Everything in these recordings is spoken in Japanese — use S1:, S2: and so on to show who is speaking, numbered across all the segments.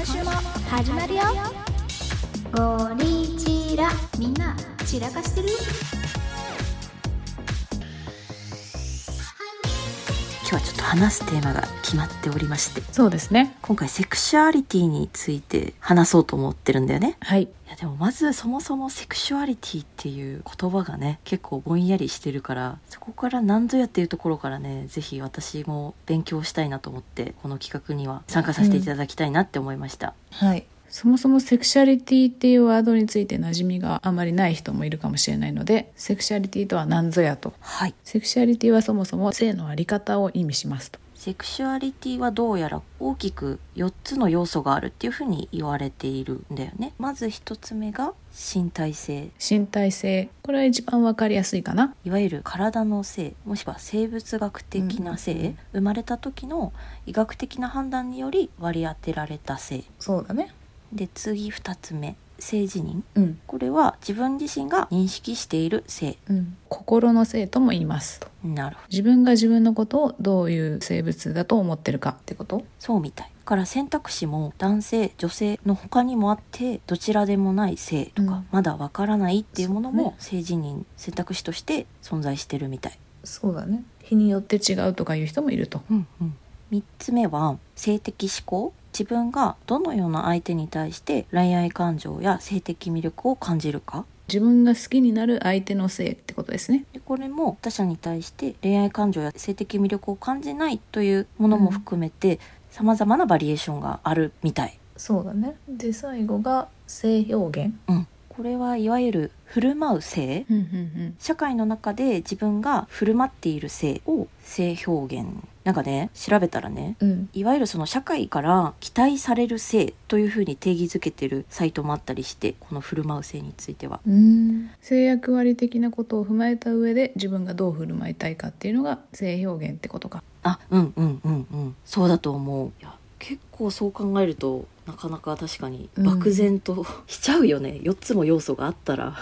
S1: 始まるよゴリチラみんな散らかしてる
S2: 今日はちょっと話すテーマが決まっておりまして
S3: そうですね。
S2: 今回セクシュアリティについて話そうと思ってるんだよね
S3: はい。
S2: いやでもまずそもそもセクシュアリティっていう言葉がね結構ぼんやりしてるからそこから何ぞやっていうところからねぜひ私も勉強したいなと思ってこの企画には参加させていただきたいなって思いました、
S3: はい。そもそもセクシャリティっていうワードについて馴染みがあまりない人もいるかもしれないので、セクシャリティとは何ぞやと。
S2: はい
S3: セクシャリティはそもそも性のあり方を意味しますと。
S2: セクシュアリティはどうやら大きく4つの要素があるっていうふうに言われているんだよねまず1つ目が身体性
S3: 身体性。これは一番わかりやすいかな。
S2: いわゆる体の性もしくは生物学的な性、
S3: うんうんうん
S2: 生まれた時の医学的な判断により割り当てられた性
S3: そうだね。
S2: で次2つ目性自認
S3: うん。
S2: これは自分自身が認識している性
S3: うん。心の性とも言いますと。
S2: なるほど
S3: 自分が自分のことをどういう生物だと思ってるかってこと
S2: そうみたいだから選択肢も男性女性の他にもあってどちらでもない性とか、
S3: うん
S2: まだわからないっていうもの
S3: そう
S2: も
S3: ね
S2: 性自認選択肢として存在してるみたい、
S3: そうだね。日によって違うとかいう人もいると。
S2: うんうん、3つ目は性的思考自分がどのような相手に対して恋愛感情や性的魅力を感じるか
S3: 自分が好きになる相手の性ってことですね。
S2: でこれも他者に対して恋愛感情や性的魅力を感じないというものも含めて様々なバリエーションがあるみたい、
S3: そうだねで最後が性表現
S2: うん、これはいわゆる振る舞う性
S3: うんうんうん
S2: 社会の中で自分が振る舞っている性を性表現なんかね調べたらね
S3: うん
S2: いわゆるその社会から期待される性というふうに定義づけてるサイトもあったりしてこの振る舞う性については
S3: うん、性役割的なことを踏まえた上で自分がどう振る舞いたいかっていうのが性表現ってことか
S2: あうんうんうんうんそうだと思ういや結構そう考えるとなかなか確かに
S3: うん
S2: 漠然と しちゃうよね、4つも要素があったら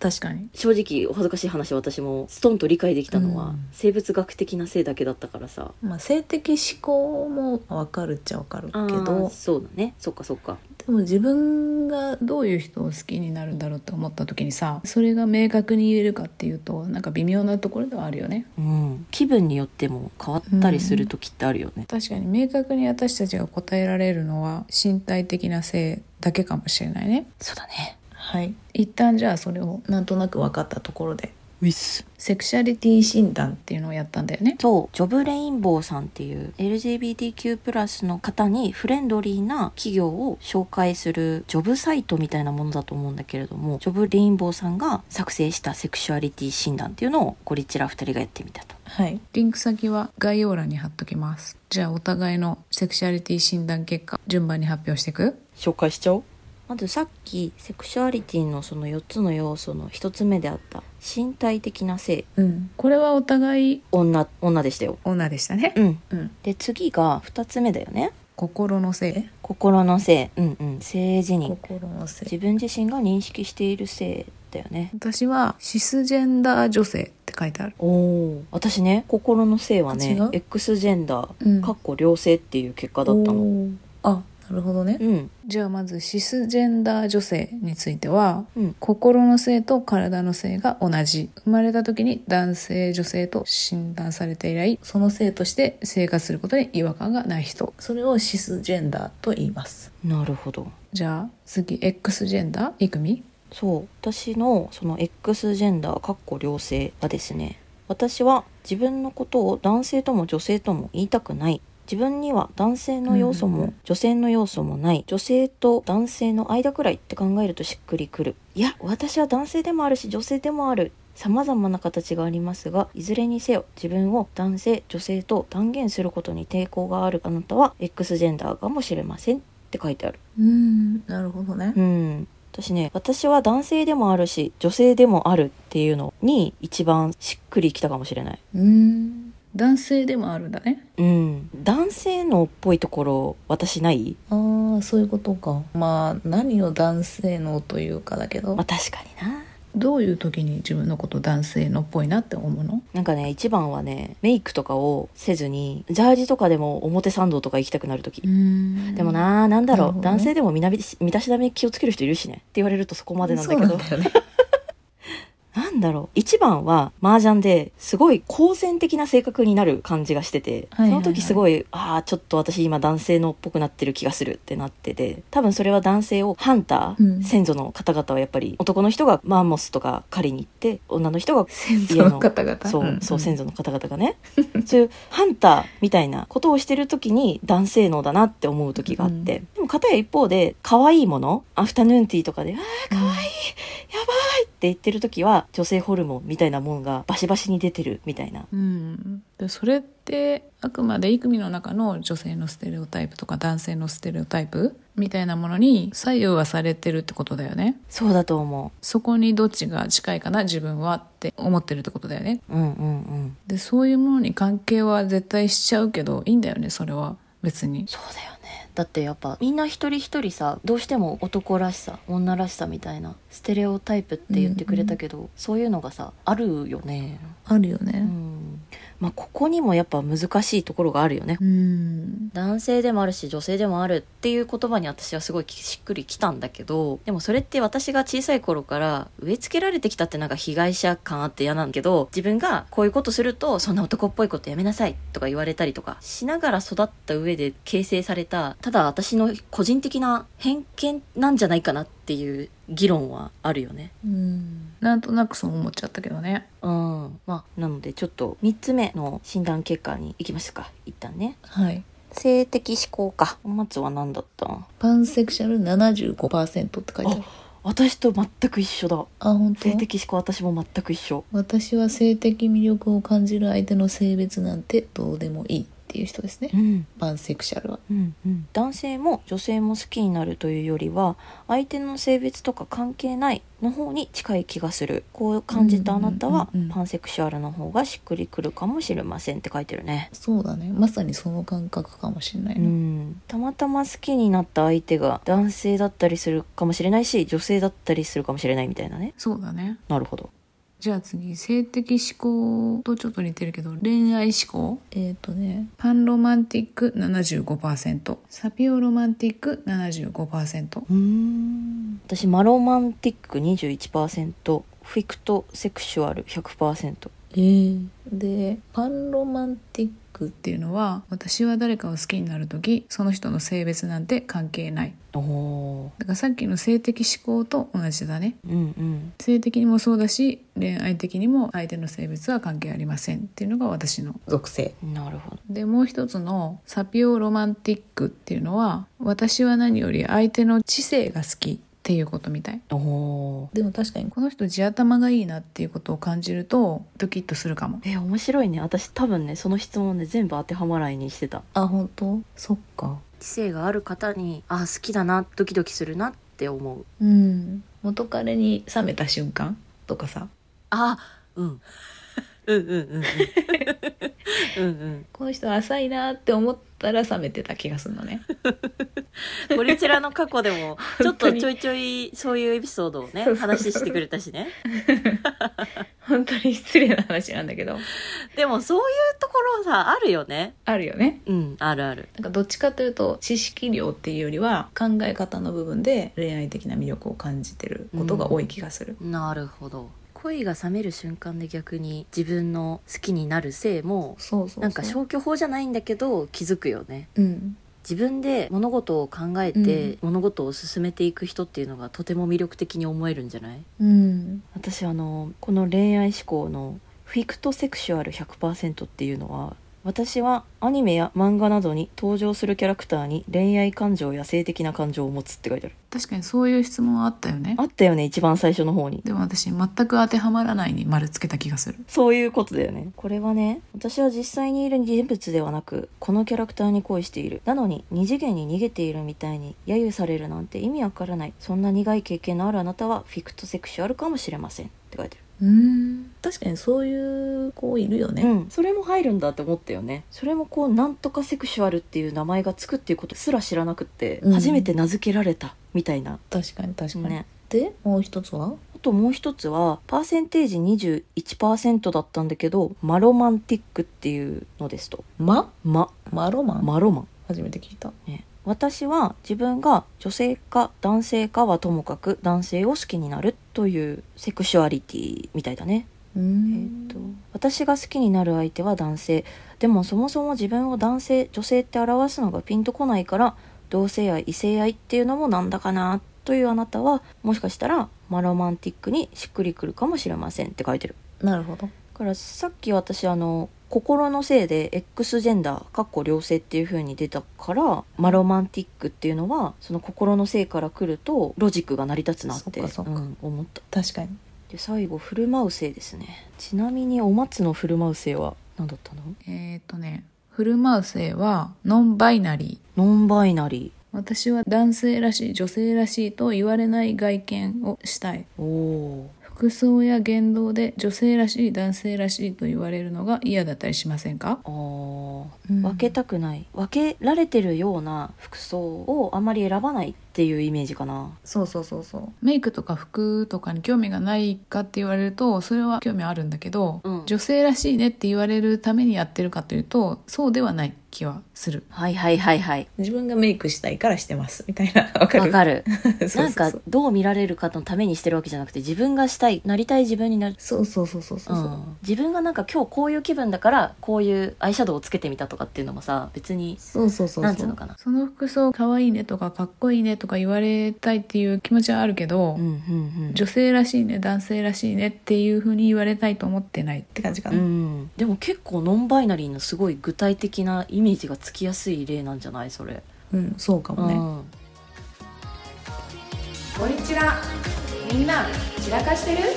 S3: 確かに
S2: 正直お恥ずかしい話私もストンと理解できたのは、
S3: うん
S2: 生物学的な性だけだったからさ
S4: まあ、性的思考もわかるっちゃわかるけ
S2: あー
S4: ど
S2: そうだねそっかそっか
S4: でも自分が
S3: どういう人を好きになるんだろうって思った時にさそれが明確に言えるかっていうとなんか微妙なところではあるよね
S2: うん気分によっても変わったりする時ってあるよね、
S3: 確かに明確に私たちが答えられるのは身体的な性だけかもしれないね
S2: そうだね
S4: はい
S3: 一旦じゃあそれを
S4: なんとなく分かったところで
S2: ウィス
S3: セクシャリティ診断っていうのをやったんだよね
S2: そうジョブレインボーさんっていう LGBTQ+ の方にフレンドリーな企業を紹介するジョブサイトみたいなものだと思うんだけれどもジョブレインボーさんが作成したセクシュアリティ診断っていうのをゴリチラ2人がやってみたと
S4: はい
S3: リンク先は概要欄に貼っときます。じゃあお互いのセクシャリティ診断結果順番に発表していく
S2: 紹介しちゃおうまずさっきセクシュアリティのその4つの要素の1つ目であった身体的な性
S3: うん。これはお互い
S2: 女女でしたよ
S3: 女でしたね。
S2: うん
S4: うん
S2: で次が2つ目だよね
S3: 心のせい。
S2: 心の性うんうん性自認
S4: 心の性
S2: 自分自身が認識している性だよね
S3: 私はシスジェンダー女性って書いてある。
S2: おお私ね心の性はね
S4: 違う
S2: X ジェンダ
S3: う
S2: ーかっこ両性っていう結果だったの
S4: のあなるほどね
S2: うん
S3: じゃあまずシスジェンダー女性については、
S2: うん
S3: 心の性と体の性が同じ。生まれた時に男性女性と診断されて以来、
S4: その性とし
S3: してて生活することに違和感がない人。
S4: それをシスジェンダーと言います
S2: なるほど
S3: じゃあ次 X ジェンダーいくみ
S2: そう私のその X ジェンダーかっこ両性はですね私は自分のことを男性とも女性とも言いたくない自分には男性の要素
S3: うんうんう
S2: も女性の要素もない女性と男性の間くらいって考えるとしっくりくるいや私は男性でもあるし女性でもある様々な形がありますがいずれにせよ自分を男性女性と断言することに抵抗があるあなたは X ジェンダーかもしれませんって書いてある
S4: うんなるほどね
S2: うん、私ね私は男性でもあるし女性でもあるっていうのに一番しっくりきたかもしれない、
S3: うん男性でもあるんだね
S2: うん、男性のっぽいところ私ない
S4: ああそういうことかまあ何を男性のというかだけど
S2: まあ確かにな
S3: どういう時に自分のこと男性のっぽいなって思うの
S2: なんかね一番はねメイクとかをせずにジャージとかでも表参道とか行きたくなる時、
S3: ん
S2: でもななんだ
S4: なる
S2: ろう、
S4: ほどね
S2: 男性でもみなび身だしなみに気をつける人いるしねって言われるとそこまでなんだけ
S4: そ
S2: ど
S4: うなん だよね
S2: なんだろう一番は麻雀ですごい好戦的な性格になる感じがしてて、
S3: はいはいはい
S2: その時すごいああちょっと私今男性のっぽくなってる気がするってなってて多分それは男性をハンター、
S3: うん
S2: 先祖の方々はやっぱり男の人がマンモスとか狩りに行って女の人が
S3: 先
S2: 家
S3: 祖
S2: の
S3: の方々
S2: そう,、
S4: んうん
S2: そう先祖の方々がね そういうハンターみたいなことをしてる時に男性能だなって思う時があって、
S4: う
S2: でも片や一方で可愛いものアフタヌーンティーとかで「ああ可愛いやばい!」って言ってる時は女性ホルモンみたいなもんがバシバシに出てるみたいな。
S3: うん、でそれってあくまでイクミの中の女性のステレオタイプとか男性のステレオタイプみたいなものに左右はされてるってことだよね
S2: そうだと思
S3: そこにどっちが近いかな自分はって思ってるってことだよね
S2: う。うんうんうん。
S3: でそういうものに関係は絶対しちゃうけどいいんだよねそれは別に
S2: そうだよね。だってやっぱみんな一人一人さどうしても男らしさ女らしさみたいなステレオタイプって言ってくれたけど、そういうのがさあるよね。
S3: あるよ
S2: う
S3: ね
S2: んまあここにもやっぱ難しいところがあるよね。
S3: うん
S2: 男性でもあるし女性でもあるっていう言葉に私はすごいしっくりきたんだけどでもそれって私が小さい頃から植え付けられてきたってなんか被害者感あって嫌なんだけど自分がこういうことするとそんな男っぽいことやめなさいとか言われたりとかしながら育った上で形成されたただ私の個人的な偏見なんじゃないかなっていう議論はあるよね。
S3: うんなんとなくそう思っちゃったけどね
S2: うん、まあなのでちょっと3つ目の診断結果に行きますか一旦ね
S4: はい
S2: 性的思考かお松は何だった
S4: パンセクシャル75%って書いてある
S2: 私と全く一緒だ
S4: あ本当
S2: 性的思考私も全く一緒
S4: 私は性的魅力を感じる相手の性別なんてどうでもいいっていう人ですね
S2: ん
S4: パンセクシャルは
S2: うんうん、男性も女性も好きになるというよりは相手の性別とか関係ないの方に近い気がするこう感じたあなたは
S4: うんうんうんうん
S2: パンセクシュアルの方がしっくりくるかもしれませんって書いてるね
S4: そうだねまさにその感覚かもしれないうな、
S2: んたまたま好きになった相手が男性だったりするかもしれないし女性だったりするかもしれないみたいなね
S3: そうだね
S2: なるほど
S3: じゃあ次性的思考とちょっと似てるけど恋愛思考
S4: えっ、とね
S3: パンロマンティック75%サピオロマンティック75%
S2: うん私マロマンティック21%フィクトセクシュアル100%
S4: えでパンロマンティック
S3: っていうのは私は誰かを好きになる時その人の性別なんて関係ない
S2: おお
S3: だからさっきの性的思考と同じだね
S2: ーうんうん
S3: 性的にもそうだし恋愛的にも相手の性別は関係ありませんっていうのが私の
S4: 属性
S2: なるほど
S3: でもう一つのサピオロマンティックっていうのは私は何より相手の知性が好きっていうことみたい
S2: おお
S4: でも確かに
S3: この人地頭がいいなっていうことを感じるとドキッとするかも
S2: え面白いね私多分ねその質問ね全部当てはまらいにしてた
S4: あ本当そっか
S2: 知性がある方にあ好きだなドキドキするなって思う
S4: うん元彼に冷めた瞬間とかさ
S2: あうんうん うんうんうんうんうん
S4: この人浅いなって思ったら冷めてた気がするのね
S2: これちらの過去で もちょっ
S4: 本当
S2: と
S4: に
S2: ちょいちょいそういうエピソードをね
S4: そうそうそう
S2: 話してくれたしね
S4: 本当に失礼な話なんだけど
S2: でもそういうところさあるよね
S4: あるよね
S2: うんあるある
S4: なんかどっちかというと知識量っていうよりは考え方の部分で恋愛的な魅力を感じてることが多い気がする、
S2: なるほど恋が冷める瞬間で逆に自分の好きになる性も
S4: そうそうそう
S2: なんか消去法じゃないんだけど気づくよね
S4: うん
S2: 自分で物事を考え
S4: う
S2: て物事を進めていく人っていうのがとても魅力的に思えるんじゃない
S4: うん
S2: 私あのこの恋愛思考のフィクトセクシュアル100%っていうのは私はアニメや漫画などに登場するキャラクターに恋愛感情や性的な感情を持つって書いてある
S3: 確かにそういう質問はあったよね
S2: あったよね一番最初の方に
S3: でも私全く当てはまらないに丸つけた気がする
S2: そういうことだよねこれはね私は実際にいる人物ではなくこのキャラクターに恋しているなのに二次元に逃げているみたいに揶揄されるなんて意味わからないそんな苦い経験のあるあなたはフィクトセクシュアルかもしれませんって書いてある
S4: うん確かにそういう子いるよね、
S2: うん、それも入るんだって思ったよねそれもこうなんとかセクシュアルっていう名前がつくっていうことすら知らなくって、
S4: うん
S2: 初めて名付けられたみたいな、
S4: 確かに確かに、
S2: ね
S4: でもう一つは
S2: あともう一つはパーセンテージ21%だったんだけどマロマンティックっていうのですと
S4: ま
S2: マ
S4: マロマン、
S2: マロマン
S4: 初めて聞いた
S2: ね、私は自分が女性か男性かはともかく男性を好きになるというセクシュアリティみたいだね、
S4: う
S2: え
S4: ん
S2: っと私が好きになる相手は男性でもそもそも自分を男性女性って表すのがピンとこないから同性愛異性愛っていうのもなんだかなというあなたはもしかしたらマロマンティックにしっくりくるかもしれませんって書いてる
S4: なるほど
S2: だからさっき私あの心の性で X ジェンダーかっこ両性っていう風に出たからマロマンティックっていうのはその心の性から来るとロジックが成り立つなって
S4: そっかそっか
S2: うん思った
S4: 確かに
S2: で最後振る舞う性ですねちなみにお松の振る舞う性は何だったの
S3: えーっとねフルマウ性はノンバイナリー
S2: ノンバイナリ
S3: 私は男性らしい女性らしいと言われない外見をしたい
S2: ーおー
S3: 服装や言動で女性らしい男性らしいと言われるのが嫌だったりしませんか
S2: あー
S4: うん
S2: 分けたくない分けられてるような服装をあまり選ばないっていうイメージかな
S4: そうそうそうそう
S3: メイクとか服とかに興味がないかって言われるとそれは興味あるんだけど、
S2: うん
S3: 女性らしいねって言われるためにやってるかというとそうではない気はする
S2: はいはいはいはい
S4: 自分がメイクしたいからしてますみたい なわかる
S2: わかる
S4: そうそうそう
S2: なんかどう見られるかのためにしてるわけじゃなくて自分がしたいなりたい自分になる
S4: そうそうそうそうそうう、
S2: ん、自分がなんか今日こういう気分だからこういうアイシャドウをつけてみたとかっていうのもさ別に
S4: そうそうそうそう
S2: なんつうのかな
S3: その服装かわいいねとかかっこいいねとか言われたいっていう気持ちはあるけど、
S2: うんうん
S3: 女性らしいね男性らしいねっていう風に言われたいと思ってない
S4: って感じか
S2: う
S4: な、
S2: ん、うん、でも結構ノンバイナリーのすごい具体的なイメージがつきやすい例なんじゃないそれ、
S4: うんそうかも
S2: う
S4: ね
S2: ん
S5: ゴリチラみんな散らかしてる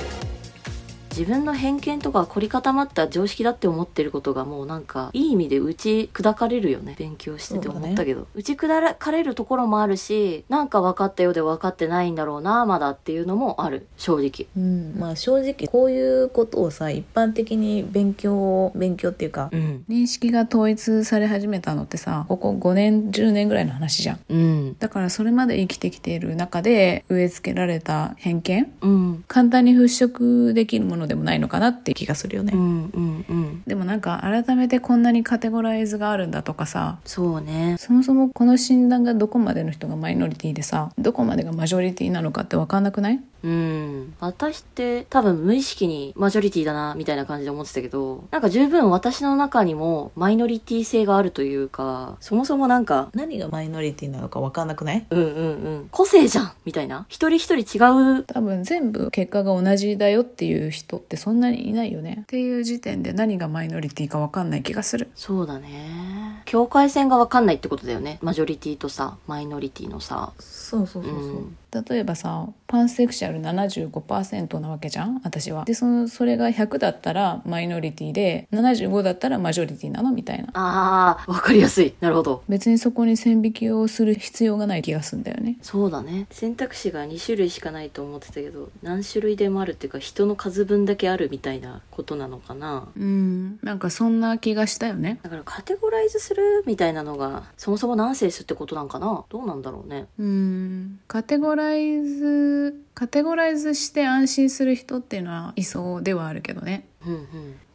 S2: 自分の偏見とか凝り固まった常識だって思ってることがもうなんかいい意味で打ち砕かれるよね勉強してて思ったけど、打ち砕かれるところもあるしなんか分かったようで分かってないんだろうなまだっていうのもある正直
S4: うんまあ正直こういうことをさ一般的に勉強を勉強っていうか、
S2: うん
S3: 認識が統一され始めたのってさここ5年10年ぐらいの話じゃん
S2: うん
S3: だからそれまで生きてきている中で植え付けられた偏見
S2: うん
S3: 簡単に払拭できるものでもないのかなっていう気
S4: 気
S3: が
S4: がするよね、
S2: うんうんうん
S3: でもなんか改めてこんなにカテゴライズがあるんだとかさ
S2: そうね
S3: そもそもこの診断がどこまでの人がマイノリティでさどこまでがマジョリティなのかって分かんなくない
S2: うん私って多分無意識にマジョリティだなみたいな感じで思ってたけどなんか十分私の中にもマイノリティ性があるというかそもそもなんか
S4: 何がマイノリティなのか分かんなくない
S2: うんうんうん個性じゃんみたいな一人一人違う
S3: 多分全部結果が同じだよっていう人ってそんなにいないよねっていう時点で何がマイノリティか分かんない気がする
S2: そうだね境界線が分かんないってことだよねマジョリティとさマイノリティのさ
S4: そうそうそうそう、
S2: うん
S3: 例えばさパンセクシャル75%なわけじゃん私はでそのそれが100だったらマイノリティで75だったらマジョリティなのみたいな
S2: あー分かりやすいなるほど
S3: 別にそこに線引きをする必要がない気がするんだよね
S2: そうだね選択肢が2種類しかないと思ってたけど何種類でもあるっていうか人の数分だけあるみたいなことなのかな
S3: うんなんかそんな気がしたよね
S2: だからカテゴライズするみたいなのがそもそもナンセンスってことなんかなどうなんだろうね
S3: うんカテゴライズカテゴライズして安心する人っていうのはいそうではあるけどね
S2: うんうん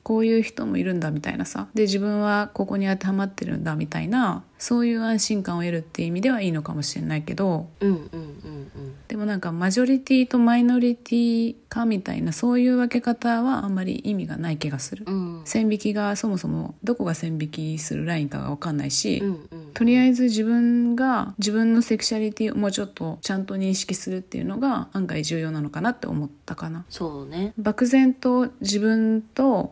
S3: こういう人もいるんだみたいなさで自分はここに当てはまってるんだみたいなそういう安心感を得るっていう意味ではいいのかもしれないけど
S2: うんうんうんうん
S3: でもなんかマジョリティとマイノリティかみたいなそういう分け方はあんまり意味がない気がする
S2: うん
S3: 線引きがそもそもどこが線引きするラインかが分かんないし、
S2: うんうん
S3: とりあえず自分が自分のセクシャリティをもうちょっとちゃんと認識するっていうのが案外重要なのかなって思ったかな
S2: そうね
S3: 漠然と自分と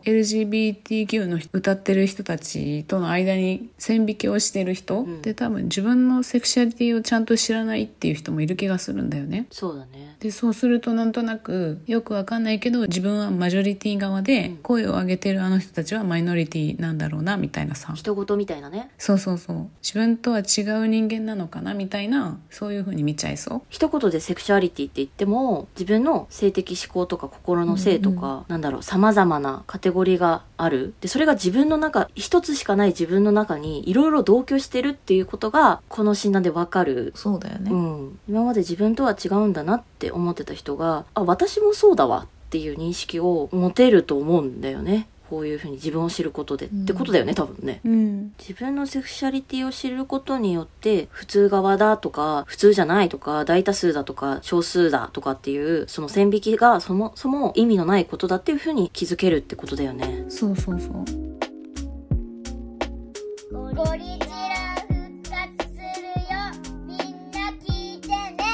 S3: LGBTQ の歌ってる人たちとの間に線引きをしてる人、
S2: ん
S3: で多分自分のセクシャリティをちゃんと知らないっていう人もいる気がするんだよね。
S2: そうだね
S3: でそうするとなんとなくよくわかんないけど自分はマジョリティ側で
S2: うん
S3: 声を上げてるあの人たちはマイノリティなんだろうなみたいなさ
S2: 人事みたいなね
S3: そうそうそう自分とは違う人間なのかなみたいなそういうふうに見ちゃいそう
S2: 一言でセクシュアリティって言っても自分の性的思考とか心の性とか、
S3: うん
S2: なんだろうさまざまなカテゴリーがあるでそれが自分の中一つしかない自分の中にいろいろ同居してるっていうことがこの診断でわかる。
S4: そうだよね、
S2: うん、今まで自分とは違うんだなって思ってた人があ私もそうだわっていう認識を持てると思うんだよねこういうふうに自分を知ることで、
S4: うん
S2: ってことだよね多分ね
S4: うん、
S2: 自分のセクシャリティを知ることによって普通側だとか普通じゃないとか大多数だとか少数だとかっていうその線引きがそもそも意味のないことだっていうふうに気づけるってことだよね。
S3: そうそうそう
S1: ゴリチラ復活するよみんな聞いてね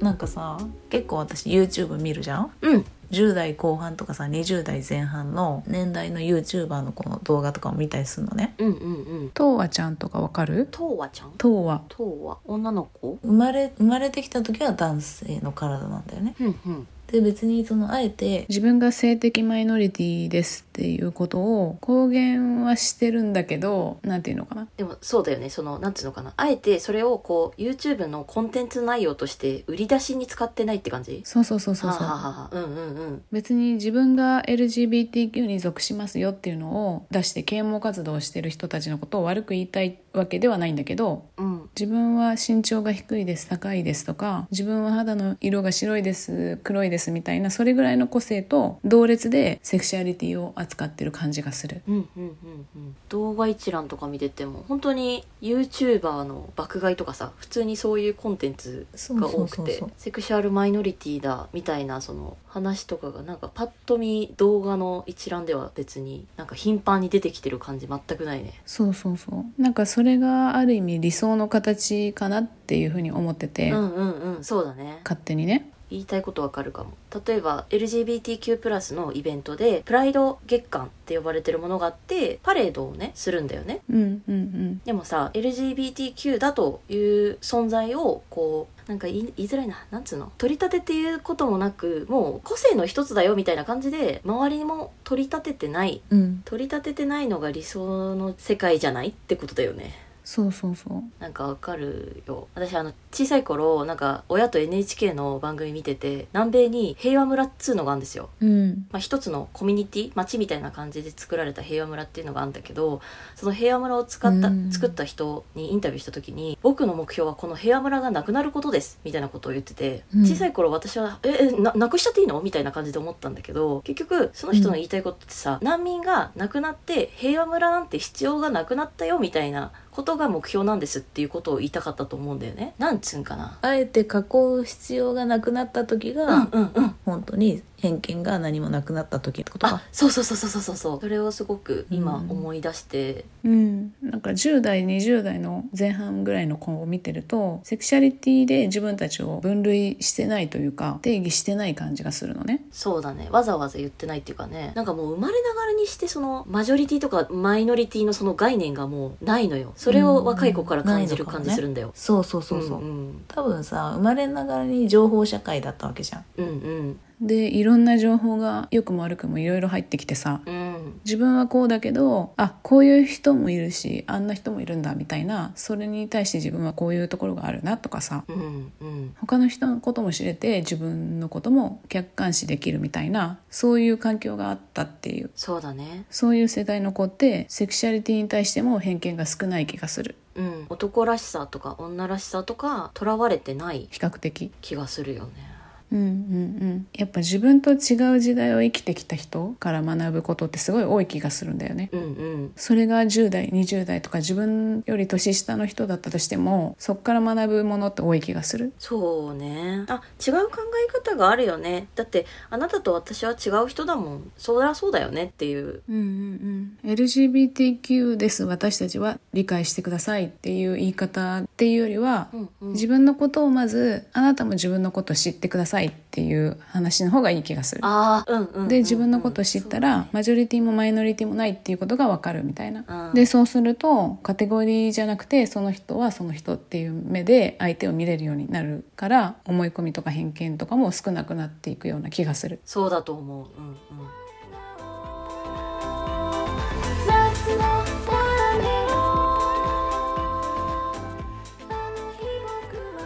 S4: なんかさ結構私 YouTube 見るじゃん
S2: うん、
S4: 10代後半とかさ20代前半の年代の YouTuber の子の動画とかを見たりするのね
S2: うん、うん、うん。
S3: とわちゃんとかわかる
S2: とうわちゃん
S3: とうわ
S2: とうわ女の子
S4: 生まれ生まれてきた時は男性の体なんだよね
S2: うん、うん。
S4: で別にそのあえて
S3: 自分が性的マイノリティですっていうことを公言はしてるんだけどなんていうのかな
S2: でもそうだよねそのなんつうのかなあえてそれをこう YouTube のコンテンツ内容として売り出しに使ってないって感じ
S3: そうそうそうそうそう
S2: はあはあはあうんうんうん
S3: 別に自分が LGBTQ に属しますよっていうのを出して啓蒙活動をしてる人たちのことを悪く言いたいわけではないんだけど
S2: うん
S3: 自分は身長が低いです高いですとか自分は肌の色が白いです黒いですみたいなそれぐらいの個性と同列でセクシュアリティを扱ってる感じがする
S2: うんうんうんうん動画一覧とか見てても本当に YouTuber の爆買いとかさ普通にそういうコンテンツ
S4: そう
S2: が
S4: そ
S2: 多
S4: うそ
S2: く
S4: う
S2: て
S4: そう
S2: セクシュアルマイノリティだみたいなその話とかがなんかパッと見動画の一覧では別になんか頻繁に出てきてる感じ全くないね
S3: そうそうそうなんかそれがある意味理想の形かなっていうふうに思ってて、
S2: うんうんうんそうだね
S3: 勝手にね
S2: 言いたいことわかるかも例えば LGBTQ+ のイベントでプライド月間って呼ばれてるものがあってパレードをねするんだよね
S3: うんうんうん
S2: でもさ LGBTQ だという存在をこうなんか言い言いづらいななんつうの取り立てていうこともなくもう個性の一つだよみたいな感じで周りにも取り立ててない
S4: うん
S2: 取り立ててないのが理想の世界じゃないってことだよね
S3: そうそうそう
S2: なんかわかるよ私あの小さい頃なんか親と NHK の番組見てて南米に平和村っつうのがあるんですよ
S3: うん
S2: まあ、一つのコミュニティ町みたいな感じで作られた平和村っていうのがあるんだけどその平和村を使った
S4: うん
S2: 作った人にインタビューした時に「僕の目標はこの平和村がなくなることです」みたいなことを言ってて、
S4: うん
S2: 小さい頃私は「ええななくしちゃっていいの?」みたいな感じで思ったんだけど結局その人の言いたいことってさ、難民がなくなって平和村なんて必要がなくなったよみたいなことが目標なんですっていうことを言いたかったと思うんだよね。なんつうんかな。
S4: あえて囲う必要がなくなった時が、
S2: うんうんうん
S4: 本当に偏見が何もなくなった時ってこと
S2: あ
S4: か
S2: そうそうそうそうそうそうそうそれをすごく今
S4: うん
S2: 思い出して、
S3: うん、なんか10代20代の前半ぐらいの子を見てるとセクシャリティで自分たちを分類してないというか定義してない感じがするのね
S2: そうだねわざわざ言ってないっていうかねなんかもう生まれながらにしてそのマジョリティとかマイノリティのその概念がもうないのよそれを若い子から感じる
S4: うん
S2: 感
S4: ないのかもね
S2: じするんだよ、
S4: そうそうそうそう、
S2: ん
S4: 多分さ生まれながらに情報社会だったわけじゃん
S2: うんうん
S3: でいろんな情報が良くも悪くもいろいろ入ってきてさ
S2: うん
S3: 自分はこうだけどあこういう人もいるしあんな人もいるんだみたいなそれに対して自分はこういうところがあるなとかさ
S2: うんうんうん
S3: 他の人のことも知れて自分のことも客観視できるみたいなそういう環境があったっていう
S2: そうだね
S3: そういう世代の子ってセクシュアリティに対しても偏見が少ない気がする
S2: うん男らしさとか女らしさとかとらわれてない
S3: 比較的
S2: 気がするよね
S3: うんうんうんやっぱ自分と違う時代を生きてきた人から学ぶことってすごい多い気がするんだよね
S2: うんうん
S3: それが10代20代とか自分より年下の人だったとしてもそっから学ぶものって多い気がする
S2: そうねあ違う考え方があるよねだってあなたと私は違う人だもんそりゃそうだよねっていう
S3: うんうんうん LGBTQ です私たちは理解してくださいっていう言い方っていうよりは、
S2: うんうん
S3: 自分のことをまずあなたも自分のことを知ってくださいっていう話の方がいい気がする
S2: ああうんうんうんうん
S3: で自分のことを知ったら、
S2: そうね
S3: マジョリティもマイノリティもないっていうことが分かるみたい
S2: う
S3: な、
S2: ん
S3: でそうするとカテゴリーじゃなくてその人はその人っていう目で相手を見れるようになるから思い込みとか偏見とかも少なくなっていくような気がする
S2: そうだと思う、うんうん、
S1: 夏のラーメン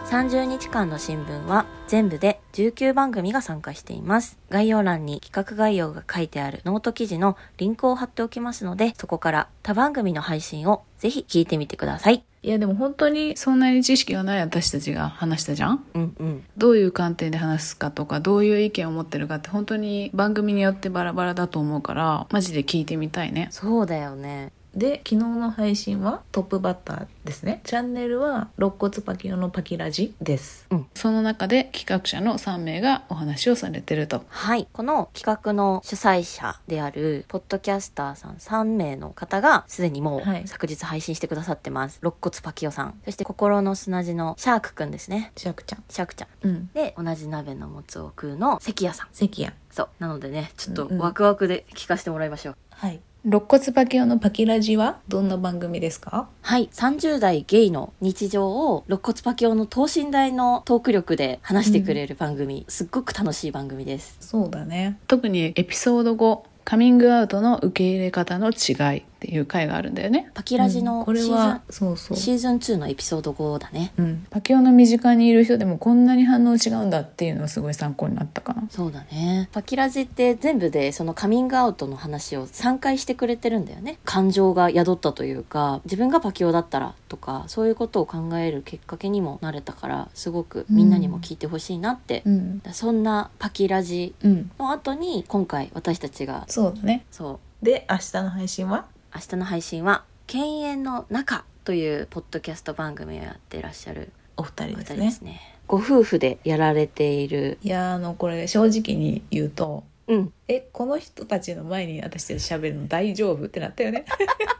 S2: 30日間の新聞は全部で19番組が参加しています。概要欄に企画概要が書いてあるノート記事のリンクを貼っておきますので、そこから他番組の配信をぜひ聞いてみてください。
S3: いやでも本当にそんなに知識がない私たちが話したじゃん
S2: うんうん。
S3: どういう観点で話すかとかどういう意見を持ってるかって本当に番組によってバラバラだと思うからマジで聞いてみたいね
S2: そうだよね。
S4: で昨日の配信はトップバッターですねチャンネルは肋骨パキオのパキラジです
S3: その中で企画者の3名がお話をされてると
S2: はい。この企画の主催者である、ポッドキャスターさん3名の方が、すでにも、
S4: はいう
S2: 昨日配信してくださってます。肋骨パキオさん。そして、心の砂地のシャークくんですね。
S4: シャークちゃん
S2: シャークちゃん。
S4: うん
S2: で、同じ鍋のもつを食うの、関谷さん。
S4: 関谷
S2: そう。なのでね、ちょっと
S4: うんうん
S2: ワクワクで聞かせてもらいましょう。
S4: はい肋骨パキオのパキラジはどんな番組ですか
S2: はい。30代ゲイの日常を、肋骨パキオの等身大のトーク力で話してくれる番組。すっごく楽しい番組です。
S4: そうだね
S3: 特にエピソード5カミングアウトの受け入れ方の違いっていう回があるんだよね
S2: パキラジ
S4: うん
S2: の
S4: これ
S2: シーズ
S4: はそうそ
S2: ン、
S4: う
S2: シーズン2のエピソード5だね。
S4: うん
S3: パキオの身近にいる人でもこんなに反応違うんだっていうのはすごい参考になったかな
S2: そうだね。パキラジって全部でそのカミングアウトの話を3回してくれてるんだよね。感情が宿ったというか、自分がパキオだったらとか、そういうことを考えるきっかけにもなれたから、すごくみんなにも聞いてほしいなって。
S4: うん
S2: そんなパキラジ
S4: うん
S2: の後に、今回私たちが、
S4: そうだね
S2: そう、
S4: で明日の配信は
S2: 明日の配信は、犬猿の中というポッドキャスト番組をやってらっしゃる
S4: お二
S2: お二
S4: 人です
S2: 人
S4: ね
S2: ですね。ご夫婦でやられている、
S4: いやーあのこれ正直に言うと
S2: うん、
S4: えこの人たちの前に私たち喋るの大丈夫ってなったよね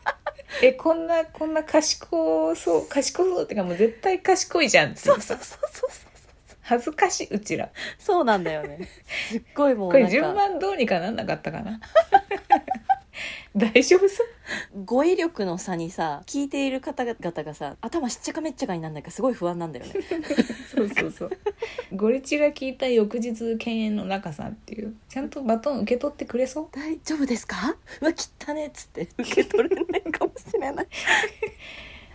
S4: えこんなこんな賢そう賢そうってかもう絶対賢いじゃんそうそうそうそう恥ずかしいうちら
S2: そうなんだよね。 すっごいもう
S4: こ
S2: なん
S4: れ
S2: か。
S4: 順番どうにかなんなかったか な大丈夫そう
S2: 語彙力の差にさ聞いている方々がさ頭しっちゃかめっちゃかになんないかすごい不安なんだよね
S4: そうそうそうゴリチが聞いた翌日犬猿の中さんっていうちゃんとバトン受け取ってくれそう
S2: 大丈夫ですかうわ切ったねっつって受け取れないかもしれない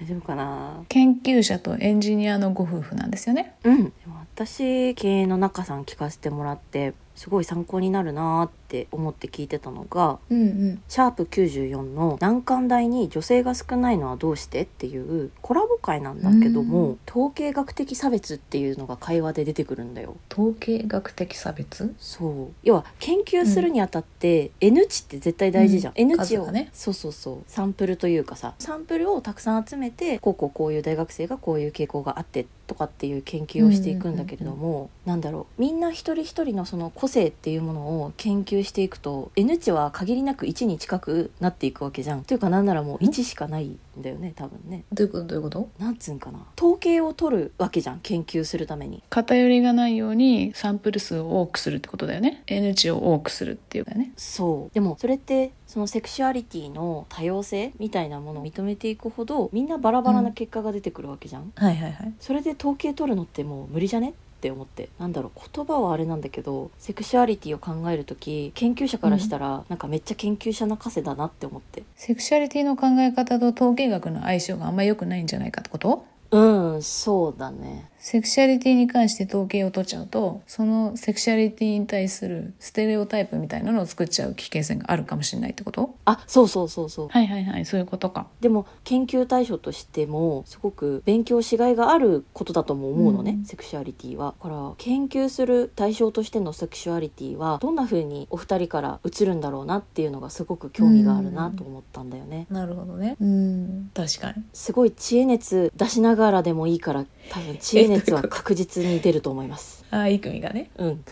S2: 大丈夫かな
S3: 研究者とエンジニアのご夫婦なんですよね
S2: うんでも私経営の中さん聞かせてもらってすごい参考になるなーって思って聞いてたのが
S4: うんうん
S2: シャープ94の難関大に女性が少ないのはどうしてっていうコラボ会なんだけども統計学的差別っていうのが会話で出てくるんだよ
S4: 統計学的差別
S2: そう要は研究するにあたって N 値って絶対大事じゃん、
S4: うん
S2: N 値
S4: 数
S2: を、
S4: がね
S2: そうそうそうサンプルというかさサンプルをたくさん集めてこうこうこういう大学生がこういう傾向があってとかっていう研究をしていくんだけれども、なんだろうみんな一人一人のその個性っていうものを研究していくと N 値は限りなく1に近くなっていくわけじゃんというかなんならもう1しかないんだよね多分ね
S4: どういうことどういうこと
S2: なんつうんかな統計を取るわけじゃん研究するために
S3: 偏りがないようにサンプル数を多くするってことだよね N 値を多くするっていうかね
S2: そうでもそれってそのセクシュアリティの多様性みたいなものを認めていくほどみんなバラバラな結果が出てくるわけじゃん、
S4: はいはいはい
S2: それで統計取るのってもう無理じゃねって思ってなんだろう言葉はあれなんだけどセクシュアリティを考える時研究者からしたらなんかめっちゃ研究者泣かせだなって思って
S3: セクシュアリティの考え方と統計学の相性があんま良くないんじゃないかってこと
S2: うんそうだね
S3: セクシュアリティに関して統計を取っちゃうとそのセクシュアリティに対するステレオタイプみたいなのを作っちゃう危険性があるかもしれないってこと
S2: あそうそうそうそう
S3: はいはいはいそういうことか
S2: でも研究対象としてもすごく勉強しがいがあることだとも思うのね、
S4: うん
S2: セクシュアリティはだから研究する対象としてのセクシュアリティはどんな風にお二人から映るんだろうなっていうのがすごく興味があるなと思ったんだよね、
S4: なるほどねうん確かに
S2: すごい知恵熱出しながらでもいいから多分知恵熱は
S4: えどういうこと
S2: 確実に出ると思い ます
S4: ああいい組がね
S2: うん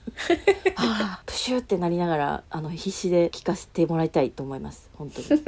S2: はあプシューってなりながらあの必死で聞かせてもらいたいと思います本当 に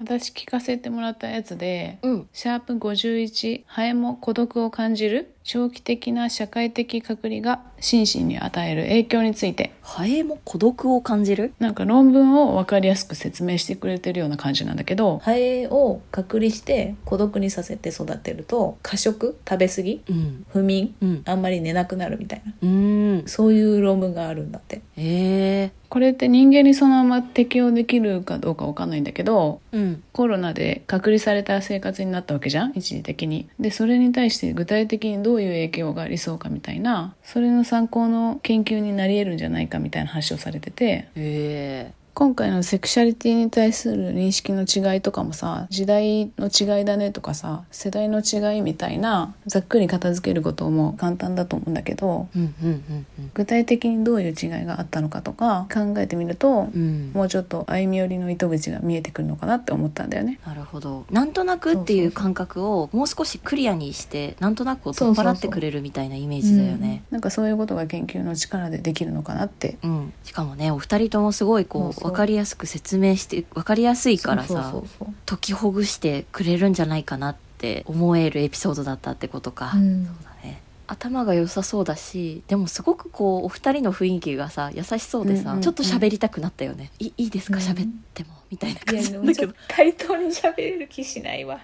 S3: 私聞かせてもらったやつで
S2: うん
S3: シャープ51ハエも孤独を感じる長期的な社会的隔離が心身に与える影響について
S2: ハエも孤独を感じる
S3: なんか論文を分かりやすく説明してくれてるような感じなんだけど
S4: ハエを隔離して孤独にさせて育てると過食食べ過ぎ
S2: うん
S4: 不眠
S2: うん
S4: あんまり寝なくなるみたいな
S2: うん
S4: そういう論文があるんだって
S2: ええ
S3: これって人間にそのまま適用できるかどうかわかんないんだけど
S2: うん
S3: コロナで隔離された生活になったわけじゃん一時的に。でそれに対して具体的にどういう影響がありそうかみたいなそれの参考の研究になり得るんじゃないかみたいな話をされてて
S2: ええ
S3: 今回のセクシャリティに対する認識の違いとかもさ時代の違いだねとかさ世代の違いみたいなざっくり片付けることも簡単だと思うんだけど
S2: うんうんうん
S3: 具体的にどういう違いがあったのかとか考えてみると
S2: うんうん
S3: もうちょっと歩み寄りの糸口が見えてくるのかなって思ったんだよね。
S2: なるほどなんとなくっていう感覚をもう少しクリアにしてなんとなくを取っ払ってくれるみたいなイメージだよね
S3: なんかそういうことが研究の力でできるのかなって
S2: うん、しかもねお二人ともすごいこう
S4: そうそう
S2: 分かりやすく説明して分かりやすいからさ
S4: そうそうそう
S2: 解きほぐしてくれるんじゃないかなって思えるエピソードだったってことか、
S4: そう、うん
S2: そうだね頭が良さそうだしでもすごくこうお二人の雰囲気がさ優しそうでさ、
S3: うんうんうん
S2: ちょっと喋りたくなったよねいいいですか
S4: うん
S2: 喋っても、みたいな感
S4: いや
S2: じ
S4: で
S2: なん
S4: も
S2: だ
S4: ち
S2: け
S4: ょっ
S2: ど
S4: と対等に喋れる気しないわ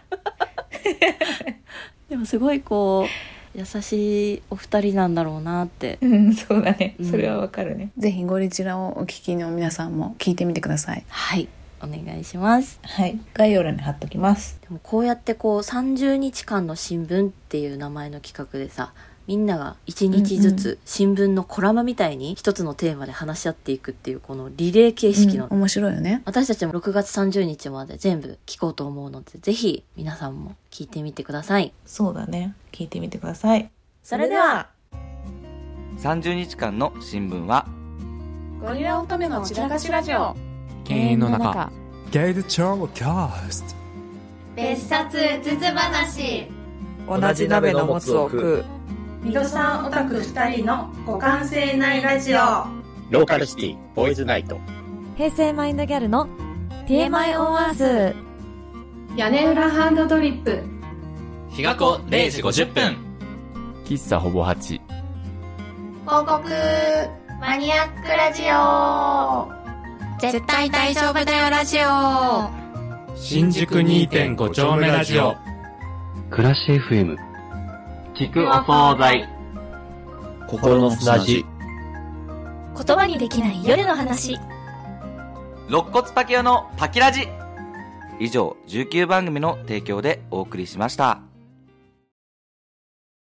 S2: でもすごいこう優しいお二人なんだろうなって
S4: うんそうだね
S2: うん
S4: それはわかるね、
S3: ぜひゴリチラをお聞きの皆さんも聞いてみてください。
S2: はいお願いします
S4: はい概要欄に貼っときます
S2: でもこうやってこう30日間の新聞っていう名前の企画でさみんなが1日ず
S3: うん
S2: つ新聞のコラムみたいに一つのテーマで話し合っていくっていうこのリレー形式の、
S3: うん面白いよね。
S2: 私たちも6月30日まで全部聞こうと思うのでぜひ皆さんも聞いてみてください
S4: そうだね聞いてみてください
S2: それでは
S6: 30日間の新聞は
S5: ゴリラ乙女の散らかしラジオ
S7: 犬猿の中
S8: ゲイルチョーキャスト
S5: 別冊うつつ話
S9: 同じ鍋のもつを食う
S5: ミドさんオタク2人の互換性ないラジオ
S10: ローカルシティボーイズナイト
S11: 平成マインドギャルの TMI on Earth
S5: 屋根裏ハンドドリップ
S10: 日が子0時50分
S7: 喫茶ほぼ8
S5: 広告マニアックラジオ絶対大丈夫だよラジオ
S7: 新宿2.5丁目ラジオ
S10: 暮らし FM 聞く
S5: お惣菜
S10: 心の砂地
S1: 言葉にできない夜の話
S6: 肋骨パキオのパキラジ以上19番組の提供でお送りしました